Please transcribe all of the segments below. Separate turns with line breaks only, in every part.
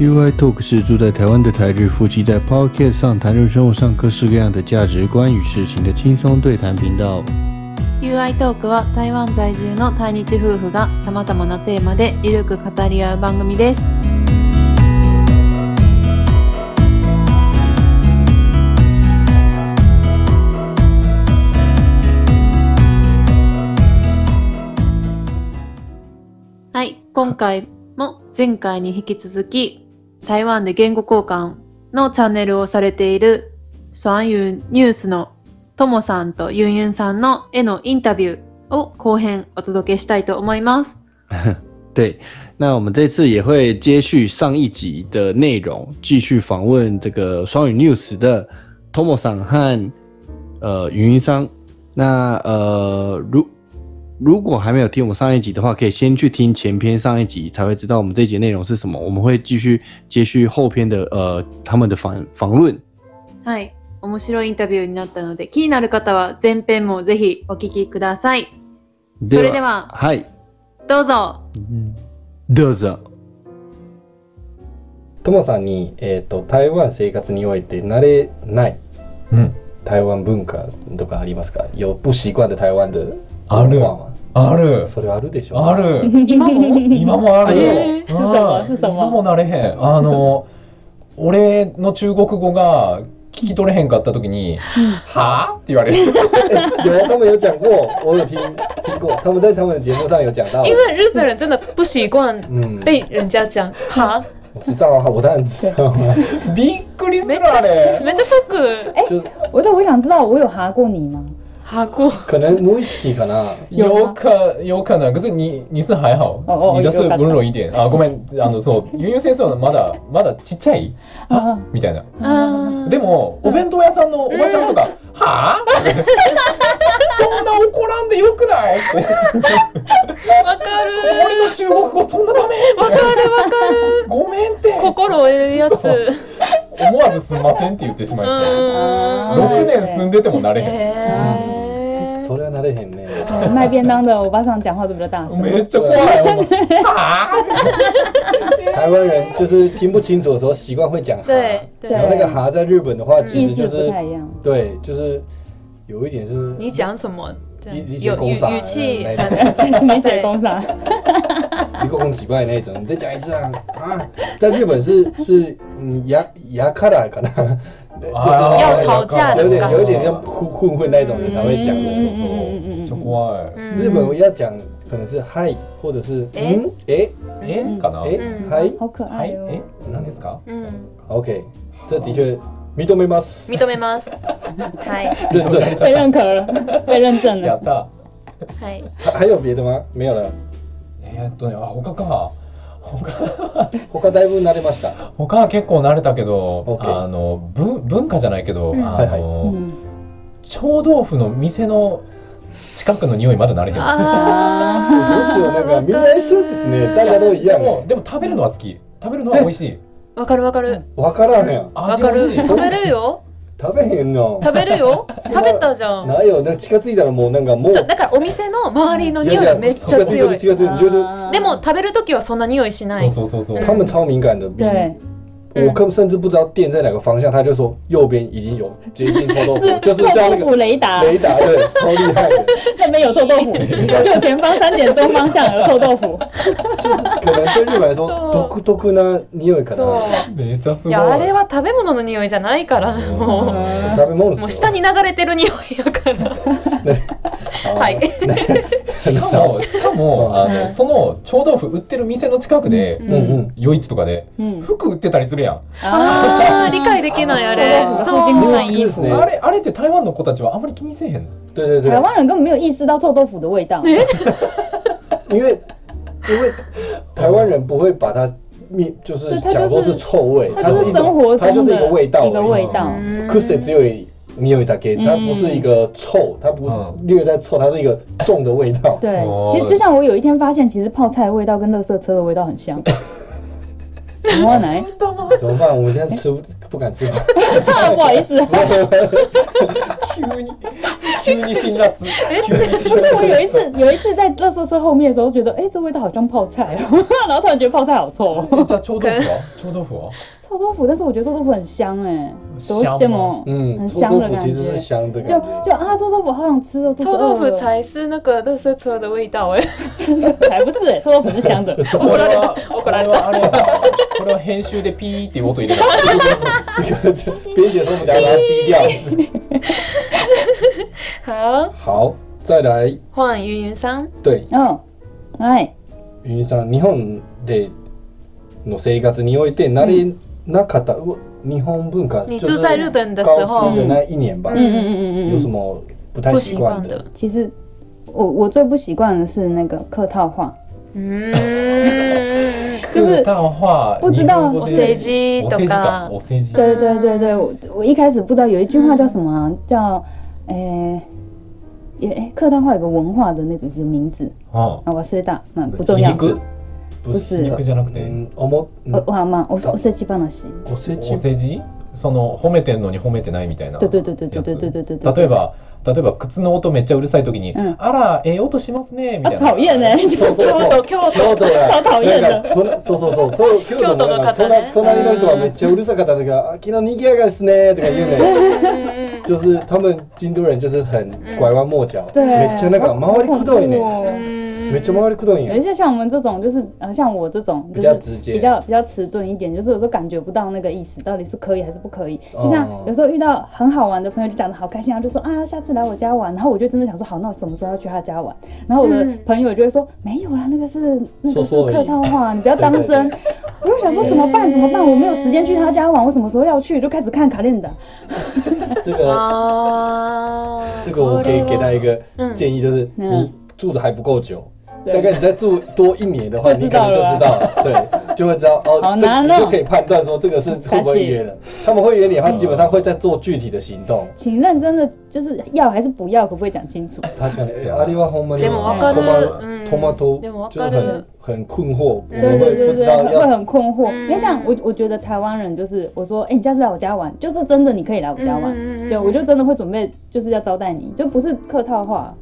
UI Talk 是住在台湾的台日夫妻在 Podcast 上谈论生活上各式各样的价值观与事情的轻松对谈频道。
UI トークは台湾在住の対日夫婦がさまざまなテーマでゆるく語り合う番組です。はい、今回も前回に引き続き台湾で言語交換のチャンネルをされているソアンユンニュースのともさんとユンユンさんの絵のインタビューを後編お届けしたいと思います。
对，那我们这次也会接续上一集的内容，继续访问这个双语 news 的 Tomo 桑和呃云云桑。那呃，如如果还没有听我们上一集的话，可以先去听前篇上一集，才会知道我们这一集内容是什么。我们会继续接续后篇的呃他们的访访论。
はい、面白いインタビューになったので、気になる方は前編もぜひお聞きください。それでは
嗨，
どうぞ。
どうぞ。
ともさんに、えー、と台湾生活において慣れない
嗯，
台湾文化とかありますか有不习惯的台湾的
あ
文
る
化吗
ある
それあるでしょ
ある。
今も
今もある。
え
うん今もなれへん。あの俺の中国語が聞き取れへんかった時に「はあ?」って言われる。
有他们有讲过，我有听听过，他们在他们的节目上有讲到。
因为日本人真的不习惯
嗯，
被人家讲哈，
我知道啊，我当然知道啊，
びっくりす
めっ
る
ちゃ
あれ。
めっちゃショック
就是
我对我想知道，我有哈 过你吗？
哈过。
可能無意識か な。
有可有可能，可是你你是还好
哦哦，
你的是温柔一点啊。ごめん、あのそう、ゆうゆう先生のまだまだちっちゃい
啊，
みたいな。
嗯，
でもお弁当屋さんのおばちゃんとか「はあ?」そんな怒らんでよくない?」って
わかる。
俺の中国語そんなダメ
わかるわかる。
ごめんって
心折れるやつ。
そう思わずすんませんって言ってしまいそう
ーん。
6年住んでてもなれへ
えー
それはなれへんね。
嗯卖便当的欧巴桑讲话都比较大
ん
声。
めっちゃ怖いほんまは
台湾人就是听不清楚的时候，习惯会 讲哈。
对
然后那
对，
个哈在日本的话，其
意
实就
思
是
不太一样，
对，就是有一点是
你讲什么？这样
理理解
有
工
语
法
语气，
没
嗯
你写工啥？
一共几拜那一种，你再讲一次啊啊！在日本是是嗯牙牙卡达可能，对就是
あ
要吵架的
有点
感
有
觉
点像混混混那种人才会讲的，
そう
是说
そうめっちゃ怖い
嗯
日本要讲可能是嗨或者是嗯诶
えかな
诶
嗯
嗨
好可
は
哎
い
爱哦哟！
え何ですか
嗯，
OK，这的确認めます
認 めます。はい
认证。
被认可了，被认证
や
了。
った
はい。
还还有别的吗？没有 了。
えーっとねあ他か
他だいぶ慣れま した。
他は結構慣れたけど
OK
あの文文化じゃないけど
うん
あ
はいはい
の
嗯，
超豆腐の店の近くの匂いまだ慣れへん
どうしよう
あ
なん かみんな一緒ですね。大家都一
で
样。
もでも食べるのは好き食べるのは美味しい
ー。わかるわかる。
わからんやん。
わ
味
か
美
る
味しい。
食べるよ。
食べへんの。
食べるよ。食べたじゃん。
ないよ。なんか近づいたらもうなんかもう
そうだからお店の周りの匂いがめっちゃ強い。
違う違う違う就是
啊
でも食べるときはそんな匂いしな
そう
い。
そうそうそう。
他们超敏感的，比
对，
我根本甚至不知道店在哪个方向，他就说右边已经有接近臭 豆腐，就是
臭
像
豆
那
腐
个
雷达
雷达，对，超厉害的，
那边有臭豆腐， 右前方三点钟方向有臭豆腐。
就是可能对日本来 说
そう，
独特な匂いか
そ
な。
う。
めっちゃすごい。
いやあれは食べ物の匂いじゃないから
嗯
も
嗯
食べ物
うもう下に流れてる匂いやから。は。
はい
しかもしかもあ
うん
のその超豆腐売ってる店の近くで
うんうん。
夜市とかで
嗯啊
服売ってたりするやん。
ああ理解できないあれ。
臭豆腐附近
そう。
卖衣
嗯，
服
あれあれって台湾の子たちはあんまり気にせえへんの。
对对对
台，湾人根本没有意识到臭豆腐的味道。
因为因为台湾人不会把它灭，就是
对它
讲说
就是
是臭味，
它就是
一
生
种，
活
它就
中
是一个
的
味道而已，
一个味道。
可是只有匂いだけ，它不是一个臭，它不
嗯
略在臭，它是一个重的味道。
对
哦，
其实就像我有一天发现，其实泡菜的 味道跟垃圾车的味道很像。怎么来？
怎么办？我们现在吃不不敢 吃吗？
不好意思，
急に 急に辛辣急に辛
因为我有一次有一次在垃圾车后面的时候，觉得哎、这味道好像泡菜哦， 然后突然觉得泡菜好臭哦，
辣じゃあ臭豆腐は臭豆腐は
臭豆腐，但是我觉得臭豆腐很香哎、どう
香
して
吗
も
嗯，
很
臭
香
豆
的
腐
感
其实是
觉。
香的
就
感觉，
就啊，臭豆腐好想吃哦，肚子
臭豆
饿
腐
了
才是那个垃圾车的味道哎、
才不是、欸，臭豆腐是香 的。
これはこれはあれやこれは編集でピーっていう音 入れる
编解说我们等一下把它逼掉。
好，
好，再来，
换云云桑。
对，
嗯，哎，
ゆみさん、日本での生活において慣れなかった、うわ日本文化。
你住在日本的时
高
候
中的那一年吧，
嗯嗯嗯嗯
有
嗯
什
嗯。
么不太
不
习
习
惯
惯
的？
的，
其实我我最不习惯的是那个客套话，
嗯，
就是
歌は
不知道
日本語で
お世辞とか
お世辞だお世辞
对对对对，我我一开始不知道有一句话叫什么、啊，叫诶、也、诶客套话有个文化的那个一个名字
うん
啊，我知道，嗯，不重
皮
要。
肉
不
皮
不是
肉じゃなく
う
て
ん、おも、うん
我哇嘛，我我设计办了行。
おせち
お。世辞その褒めてんのに褒めてないみたいな
对对对对对
やつ
对对对对对。
例えば例えば靴の音めっちゃうるさい時に
うん
「あらええ音しますね」みた
啊
いな
讨厌呢，就
そうそう そう。
京
京都がなんかとなそうそうそう。と京都
超讨厌的
のなんか
京都の方ね
隣隣の人はめっちゃうるさかったのが、あ昨日賑やかですねとか言うね。
嗯
就是他们京都人就是很拐弯抹角，
对，
めっちゃなんか回りくどいね。
哦
嗯
めっちゃ回りくどいん
而
や。
且像我们这种，就是呃，像我这种，
比
就
较
是
直接，
比较比较迟钝一点，就是有时候感觉不到那个意思，到底是可以还是不可以。就像
哦
有时候遇到很好玩的朋友，就讲的好开心啊，就说啊，下次来我家玩。然后我就真的想说，好，那我什么时候要去他家玩？然后我的
嗯
朋友就会说，没有啦，那个是那个
说
是
说而已
客套话，你不要当
对对
真。我就想说怎么办？怎么办？我没有时间去他家玩，我什么时候要去？就开始看卡链的。
这个
啊
这个我给给他一个建议，就是
嗯
你住的还不够久，
对
大概你再住多一年的话，
就
你
知
可
道
能就
了
知道了， 对，就会知道哦，
好
这
难
你
哦
就可以判断说这个是会不会约了。他们会约你的话，基本上会在做具体的行动。
请认真的，就是要还是不要，可不可以讲清楚？
他想，阿里瓦红门，
でもわかるうん
トマト
でもわ、
就
か
是
る
很很困惑，我
对
们
对
会
对
不知
对，
道
很会
要
很困惑。
嗯
因为像我，我觉得台湾人就是我说，哎、你下次来我家玩，就是真的你可以来我家玩，
嗯嗯嗯
对我就真的会准备，就是要招待你，就不是客套话，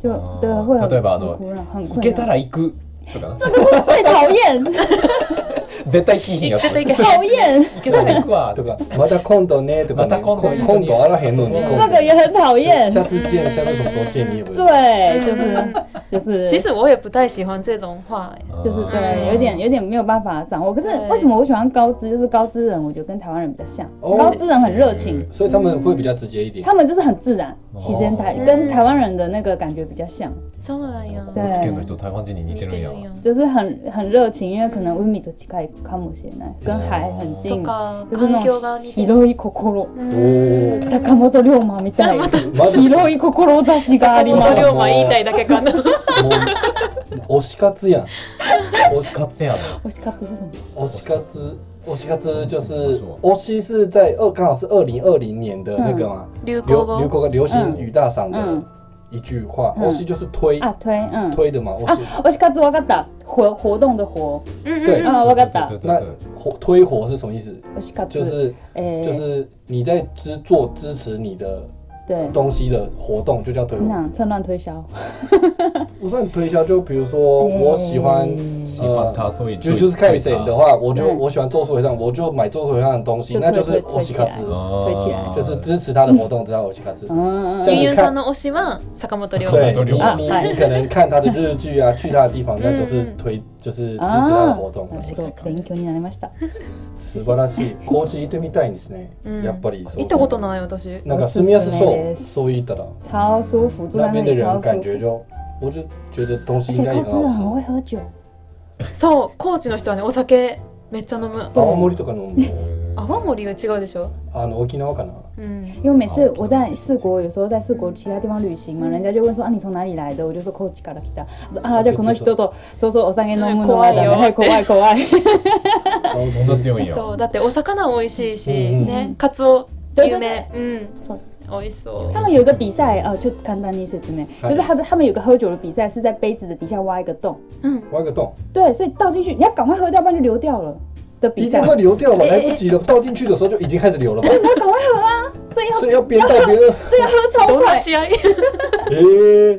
就、
哦
对会很
例えばあ
很
の
困扰，很
行け
困
た
扰。
ら行くとかな
最讨厌，
絶対聞いひんやつ
言ってたけど
讨厌，
行けたら行くわ
と
とか
か、また今度ねとか
また
ね、
今度
今今度あらへんのに
うん，
今
这个也很讨厌。
哦下次见，下次什么时候见你也不知道。
对，就
嗯
是就是，
其实我也不太喜欢这种话、哎
就是
哦
对，有点有点没有办法掌握。可是
对
为什么我喜欢高知？就是高知人，我觉得跟台湾人比较像，
哦
高知人很热情。
所以他们会比较直接一点。
他们就是很自然，其实台、
哦
跟台湾人的那个感觉比较像，
そうなんや。
对
高知県の人台湾人に似てるんや
就是很很热情，因为可能海と近いかもしれない，跟海很
そっ
近，
か、
就是那
環境が
种
似てる。
広い心。
おー
坂本龍馬みたいな
まだ
広い志がありま
坂
す
本。龍馬言いたいだけかな。
もう推し活やん。
推し活やな
我卡子是什么？
推し活，推し活就是
什么
推し是在二刚好是二零二零年的那个嘛，
流行
流流
語。
行歌流行语大赏的
嗯
一句话，
嗯
推し就是推
啊，推，嗯，
推的嘛，推
啊
し，
我卡子我卡达活活动的活，
嗯
对
嗯
啊，我卡达
对，对
那
对对
火推火是什么意思？
我卡
就
子，
是
诶，
就是你在支做支持你的
对，
东西的活动就叫推
怎
火，
样趁乱推销？
不算推销，就比如说
嗯
我喜欢。呃
喜欢他所以
就就是看谁的话，我就
嗯
我喜欢做出回上，我就买做出回上的东西，
就
那
推
就是
推推
我喜卡
起来
兹，
哦
推起来
就是支持他的活动，知道我喜卡兹。
嗯，
うん。ユンユンさんの推しは坂本龍馬。
对
多
你
留
啊嗯
你
哎
你可能看他的日剧 啊，去他的地方，那就是推就是支持
啊
他的活動。
すごい勉強になりました。
素晴らしい。 高知行ってみたいですね
う。ん
やっぱりそう。
行ったことない私。
なんか住みやす
おすす
そ
め
う。
です
そう言ったら
超舒服，住在
那
那
边
里
的
超
人
舒
感觉
服。
就，我就觉得东西
而
应
且
该
高
也
知人
很
很
好
会
吃。
喝酒，
そう、高知の人はね、お酒めっちゃ飲む。
青森とかの
泡盛は違うでしょ。
あの沖縄かな。
うん。
因为每次我在四国，有时候在四国其他地方旅行嘛，人家就问说啊你从哪里来的，我就说高知から来 た。他说啊じゃあこの人とそうそうお酒飲むのはダ
うん怖い
メ
よ
はい怖い怖い。
そんな強いんや
そう、だってお魚美味しいし、
うんうん
ね、カツオ
对
有
对
名う
对，。
ん。
そう
美味しそう。
他们有一个比赛啊，就简单一些之内，就是他的他们有个喝酒的比赛，是在杯子的底下挖一个洞，
挖个洞。
对，所以倒进去你要赶快喝掉，不然就流掉了。的
一
比赛
定，会流掉嘛，
哎
来不及了，倒进去的时候就已经开始流了嘛，
那赶快喝啊！所以要
所以要边倒边喝。
这个喝超
どん
快
な，試合
诶，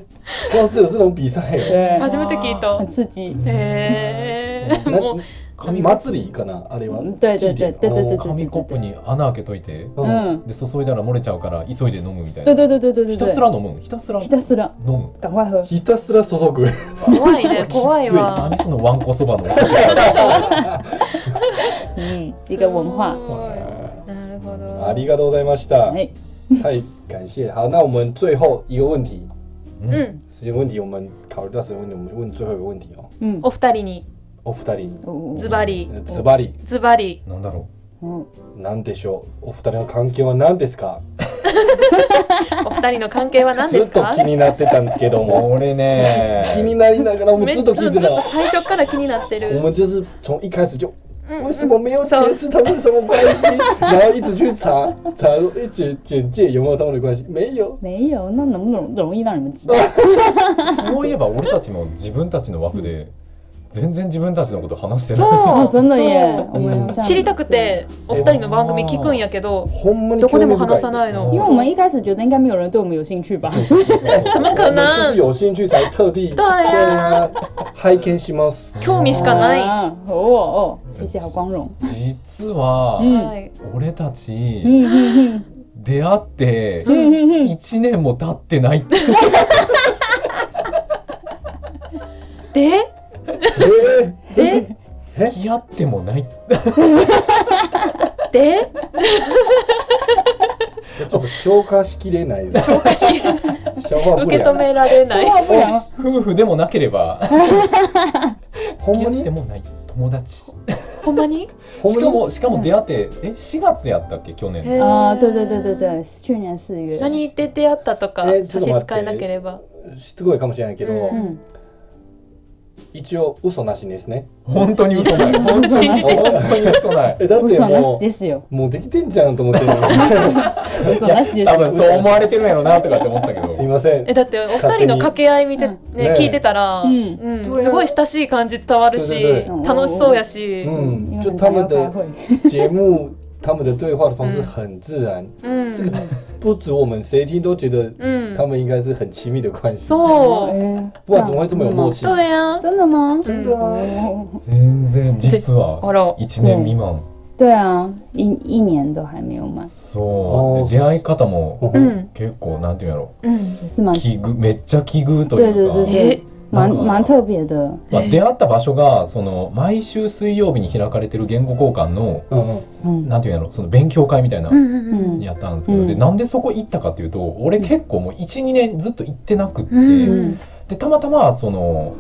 不知道这有这种比赛哦。
对，
初めて聞いた
很。刺激。
へえ。
那
もう
紙コッ
祭りかなあれは。
嗯对对对对对
プ
对
の
对
紙コッ
对
プ
对，
に穴開けといて
嗯，
嗯，
で注いだら漏れちゃうから急いで飲むみたいな
对对对对对对
ひた
对
す，ら飲むひたすら
ひたすら
飲む
赶快喝，
ひたすら注ぐ。
怖いね、怖いわ。
何そのわんこそばのお酒
嗯，一个文化
す。ごい。なるほど。
ありがとうございました。
哎，
太感谢。好，那我们最后一个问题，
うん、
时间问题，我们考虑到时间问题，我们问最后一个问题哦。
嗯，
お二人に
お二人、
哦
ズバリ、
ズバリ
ズバリ。
なんだろ
嗯，
なんでしょう。お二人の関係は何ですか。
お二人の関係は何
ず
で
っ
す
と
か
気になってたんですけど
う
も、
俺ね
気になりながらも
め
ず
っ
っと
ず
聞
っ
いてた。
と最初から気になって
我
る。
们就是从一开始就。
嗯
为什么没有解释他们什么关系？然后一直去查查一简简介有没有他们的关系，没有。
没有，那能不能容易让你们知道？
そういえば俺たちも自分たちの枠で全然自分たちのこと話してない
そ
哦，
う、
真的耶
そう，
我们好像
知りたくて、お二人の番組聞くんやけど、
ほんまに
ど
興
こで
味深い
も話さない
興味深いですね
因为
の。
我们一开始觉得应该没有人对我们有兴趣吧？
怎么可
我们就是
能？
有兴趣才特地
对啊
拝見します。
興味しかない。
啊哦哦，谢谢，好光 荣。
実は
うん
はい。
俺たち
嗯嗯
出会って
嗯嗯嗯嗯，
1年も経ってないって
で、
え
で、
え
付き合ってもない
で、
えちょっと消化しきれないです。
消化しきれない
消化不
受け止
良。
められない。
要不然
夫婦でもなければ
ほんま
付き合
に
ってもない友達
ほんまに？
ほん
し
ま
か
に
もしかも出会ってえ4月やったっけ去年
へー
啊，对对对对对，去年四月。
何で出会ったとか
えーちょ
差
っと待
し
って
支えなければ。
しつこいかもしれないけど、
うん
嗯，
一応嘘なしですね。
本当に嘘ない 本当に
信じて
本当に嘘 ない
えだって
我爽那
も
死死哟，
うもうできてんじゃんと思ってる。
我 爽那死死
多。分そう思われてるんやろうなとかって思って たけ
すい
ど
ません
え。だってお二人の掛け合い見てね
勝
にうん
聞いてたら、
う
うんん
そうや
すごい親しい感じ伝わるし
そう
そうそう
楽しそうやし、
う
うん
因，为
就
很
他
常
们
要开
的
会。
节目，他们的对话的方式很自 然，
ん
这个不止我们谁听都觉得
うん
他们应该是很亲密的关系，
そう、
哎
不然怎么会这么有默契？
そうやん、
真的吗？
真的
哦，
全然実は
あら
1年未満
对啊，一一年都还没有满，
そ
あー
うで出会い方も
う
嗯
ん
結構なんていうんやろ
うん
也是蛮
奇遇めっちゃ奇遇と
对对对
いうか、
对
え，
蛮
なんか
蛮特别的。
まあ、出会った場所がその毎週水曜日に開かれてる言語交換の
嗯
嗯
なんていうんやろその勉強会みたいな
うんうんうん
嗯
やったんですけど、
うん
でなんでそこ行ったかっていうと俺結構もう12年ずっと行ってなくって、
うん
嗯
でたまたまその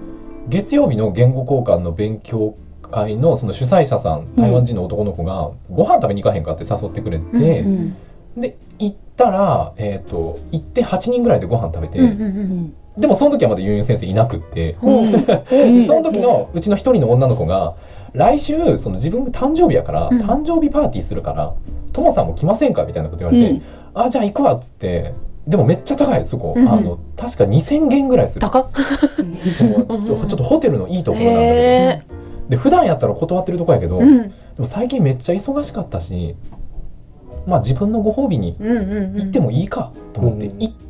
月曜日の言語交換の勉強会のその主催者さん台湾人の男の子がご飯食べに行かへんかって誘ってくれて、
嗯
で行ったら、えー、と行って8人ぐらいでご飯食べて、
うんうん
嗯
でもその時はまだユンユン先生いなくって。
うん
で
嗯
その時のうちの一人の女の子が来週その自分が誕生日やから、
うん
誕生日パーティーするからともさんも来ませんかみたいなこと言われて、
嗯
あじゃあ行くわっつってでもめっちゃ高いそこ、
うんうん
あの確か2,000元ぐらいする
高っ
そう
うん
ちょちょっとホテルのいいところなんだけ
へ
どで普段やったら断ってるとこやけど、
ーう
で
ん
も最近めっちゃ忙しかったしまあ自分のご褒美に
うんうんうん
行ってもいいかと思って、
うん
行って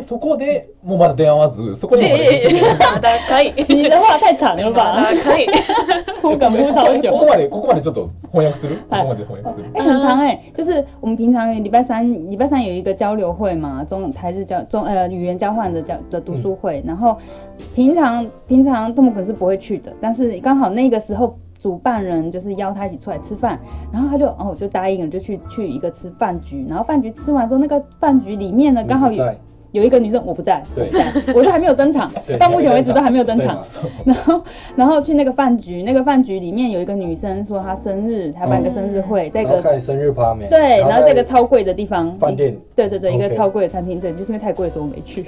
そこでもうまだ出会わずそこにもまだ
ええまだかい
嗯 你的话太长了
ま
吧？
だかい
铺梗铺超久
こ。こまでここまでちょっと翻訳するここ
はい
まで翻訳する
哎、很
嗯
长哎、就是我们平常礼拜三礼拜三有一个交流会嘛，中台日交中呃语言交换的交的读
嗯
书会，然后平常平常他们可能是不会去的，但是刚好那个时候主办人就是邀他一起出来吃饭，然后他就哦就答应了，就去去一个吃饭局，然后饭局吃完之后，那个饭局里面呢
嗯，
刚好
你
有
在
有一个女生我不在，
对
不在我都还没有登场
对，
到目前为止都还没有登
对
场
嘛，
然后，然后去那个饭局，那个饭局里面有一个女生说她生日，她办一个生日会，在一
然后
个
看生日趴没？
对，然后在一
在
个超贵的地方，
饭店，
对对对，一个
OK
超贵的餐厅，对，就是因为太贵，所以我没去。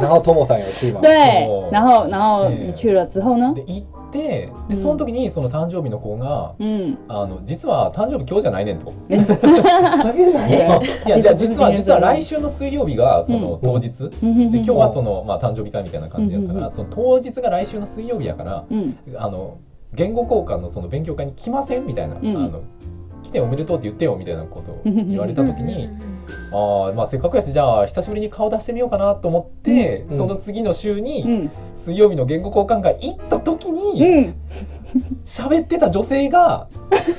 然后 Tomo さん有去吗？
对
哦，
然后然后
对
你去了之后呢？
で行ってでその時にその誕生日の子が
嗯，
「あの実は誕生日今日じゃないねん」と。
下げない
え
ね。
いやじゃあ実
実は
は実は来週の水曜日がその当日、
嗯哼
で今
哼
日はそのまあ誕生日会みたいな感じだったから、
うん
その当日が来週の水曜日やから
嗯
あの言語交換のその勉強会に来ませんみたいな、
ん
あの来ておめでとうって言ってよみたいなことを言われた時に、ああまあせっかくやしじゃあ久しぶりに顔出してみようかなと思って、
うん
その次の週
う
に
ん
水曜日の言語交換会行った時
う
に
ん
喋ってた女性が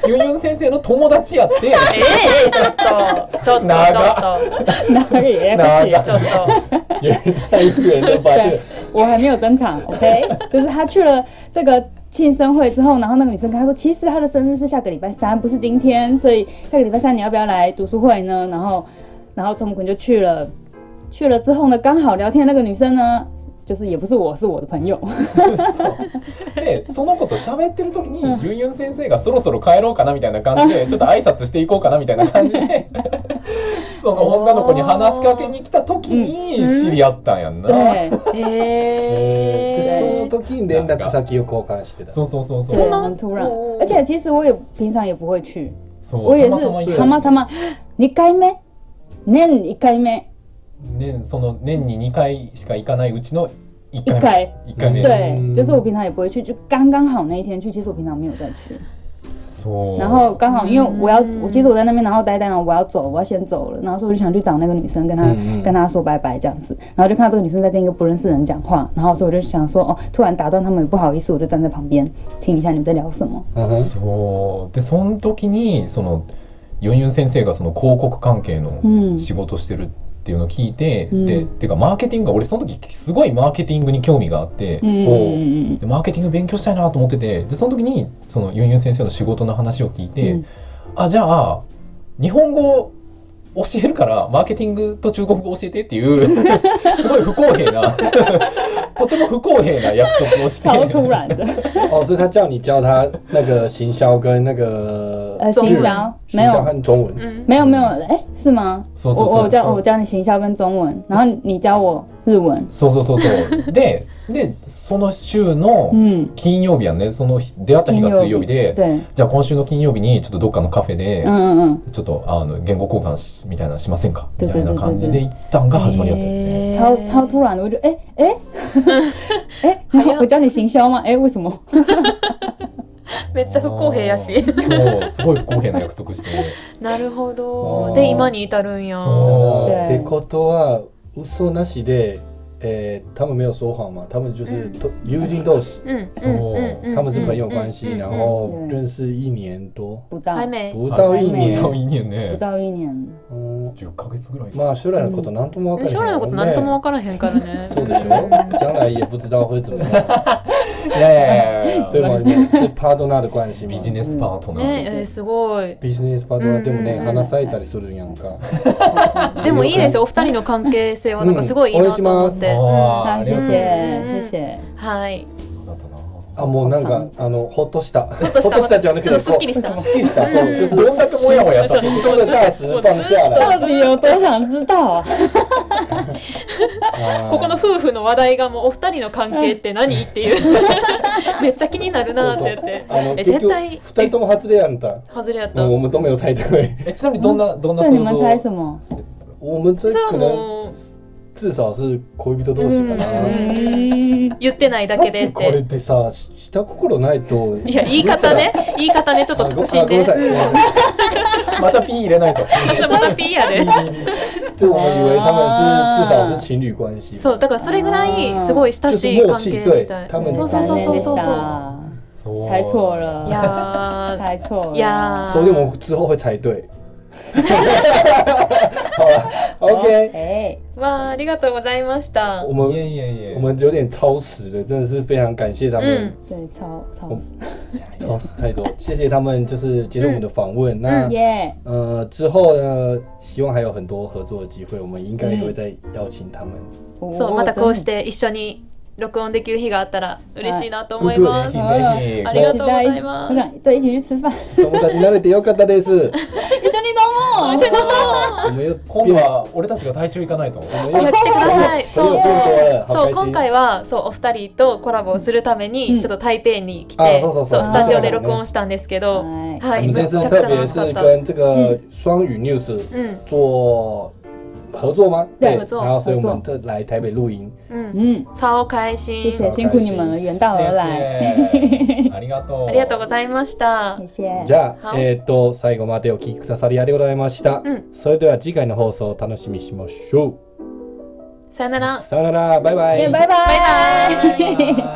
ユンユン先生の友達やって
ええちょっとちょっとちょ
長
っと
哪里也不
哪
行
个
ちょっと
太远了吧？这
对， 我还没有登场，OK？就是他去了这个庆生会之后，然后那个女生跟他说，其实他的生日是下个礼拜三，不是今天，所以下个礼拜三你要不要来读书会呢？然后，然后汤姆坤就去了，去了之后呢，刚好聊天的那个女生呢，就是也不是我，是我的朋友，
でその子と喋ってる時に、ユンユン先生がそろそろ帰ろうかなみたいな感じでちょっと挨拶していこうかなみたいな感じ でその女の子に話しかけに来た時に知り合ったんやんな。
对，
え
でその
ー、
時に連絡先を交換してた。
そうそうそうそ
对，
う。
很突然
哦，
而且其实我也平常也不会去，
そう
我也
たまたま行っ
是
た
他妈他妈，你该没？年你该没？
年その年に二回しか行かないうちの一回
一回
目一回目
对
嗯，
就是我平常也不会去，就刚刚好那一天去，其实我平常没有再去。
そう
然后刚好因为我要，我其实我在那边，然后待待，然后我要走，我要先走了，然后所以我就想去找那个女生，跟她
嗯嗯
跟她说拜拜这样子，然后就看到这个女生在跟一个不认识的人讲话，然后所以我就想说，哦，突然打断他们也不好意思，我就站在旁边听一下你们在聊什么。
うんうん
そうでその時にそのユンユン先生がその広告関係の
嗯
仕事してるっていうのを聞いて、
うん
でてかマーケティングが俺その時すごいマーケティングに興味があって、
嗯嗯
でマーケティング勉強したいなと思っててでその時にそのユンユン先生の仕事の話を聞いて、
うん
あじゃあ日本語教えるからマーケティングと中国語教えてっていう すごい不公平なとても不公平な約束をして
超突然的，
哦，所以他叫你教他那个行销跟那个
呃，行销没
行销
有
和中文。
うん
没有没有，哎，是吗？
そう
我
そうそう
我教
そう
我教你行销跟中文，然后你教我日文，
そうそうそうそう。で、で、その週の
嗯，
金曜日やね、その日出会った日が水曜日で、
对，
じゃあ今週の金曜日にちょっとどっかのカフェで、
嗯嗯嗯。
ちょっとあの言語交換しみたいなのしませんか
对
みた
对
いな感じで一旦が始まりやったよね。
超超突然的，我就哎哎哎，然后我教你行销吗？哎，为什么？
めっちゃ不公平やし。
そう、すごい不公平な約束して。
なるほ
あー
ど。で今に至るんや。
そう
对
ってことは嘘なしで、えー、他们没有说谎嘛？他们就是
嗯
都友人同士，
嗯
そう
他们是朋友关系，然后
嗯嗯
认识一年多，
不到
还没
不到一
还没
年
多。いいね
不。到一年，
うん
10ヶ月ぐらい。
まあ将来のことなんともわからへん
将
もんね
来のこと何ともわからへんからね。
そうでしょ。将来也不知道会怎么 样，
いやいやいやいや
对吗？ 是 partner 的关系吗？
ビジネスパートナー。
ねえーすごい。
ビジネスパートナーでもね、
うんうん
うん
話されたりするんやんか。
でもいいですよお二人の関係性はなんかすごいいいなと思って。
ああ、
啊
あり
谢
がとう。
谢谢谢，
はい。
そうだったな
あ、もうなんか、あの、ほっとした。ほっ
とした
としたじゃなく
ちょ
て、
っとすっきりした
こうすっきりした。そう、就是
どんだけもやもやした
心中的大石放下来。
到底有多想知道啊？
あー
ここの夫婦の話題がもうお二人の関係って何って いうめっちゃ気になるなって言って
あの、
え
結
絶
局
対
二人とも外れやんた。
外れやった
嗯我们都没有猜对，
えちなみにどんな、どんな
对，
想
你
像
们猜什么？
してる
我们
そ
这
れは
可能
もう
至少是恋人同士かな。
嗯，
言ってないだ
だ
け
っ
で
て
っ
これっててさ、下心ないと。
いや言い方ね言い方ねちょっ
あ。ご
と
あご
慎ん
めん
で
なさい。すいません
またピン入れないと。
そうまた P やで
就我以为他们是至少是情侣关系。
そうだからそれぐらいすごい親し
ちょ
い
っともう
関係みたい
ちょっと
そうそうそうそうそうそう
そう
猜错。了
い，や
猜错
ー
了，
いやー
所以我们之后会猜 对。好了，OK，
哎，
わあありがとうございました
我
いや
们
いやいや。
我们有点超时了，真的是非常感谢他
嗯
们，
对，超超
我超时太多，谢谢他们就是接受我们的访问。那
耶，
呃之后呢，希望还有很多合作的机会，我们应该也会再邀请他们。
そうまたこうし
真
て
的
一緒に録音できる日があったら嬉しいなと思い
は
ます
ぜひぜひ。
ありがとうござい
期
ます
待我想对一起去吃饭，
友達になれてよかったです。
一緒に飲もう，一緒に
我们又
今度 は俺たちが隊長行かないと。
我
い
们
や来てください。
そう
そ
そ
う
うそう
そう今回はそうお二人とコラボをするため
うん
にちょっと台北に来
あ
て、
そうそうそう
スタジオで録音したんですけど、
はい
は
我
い、
们这
めち
次
ゃくちゃ
特别
楽しか
是
った。
跟这个双语 news
うん、
做合作吗？
对
合作
然后所以我
合
们这来台北录音，
うん、
嗯，
超開心。
谢谢，辛苦你们了，远道而来，
谢谢ありがとう。
ありがとうございました。
谢谢
じ。ゃあ
はい
えっ、と最後までお聞きくださりありがとうございました、
うん
それでは次回の放送を楽しみにしましょう
さよなら。
さよならバイバイ
拜拜，
拜拜。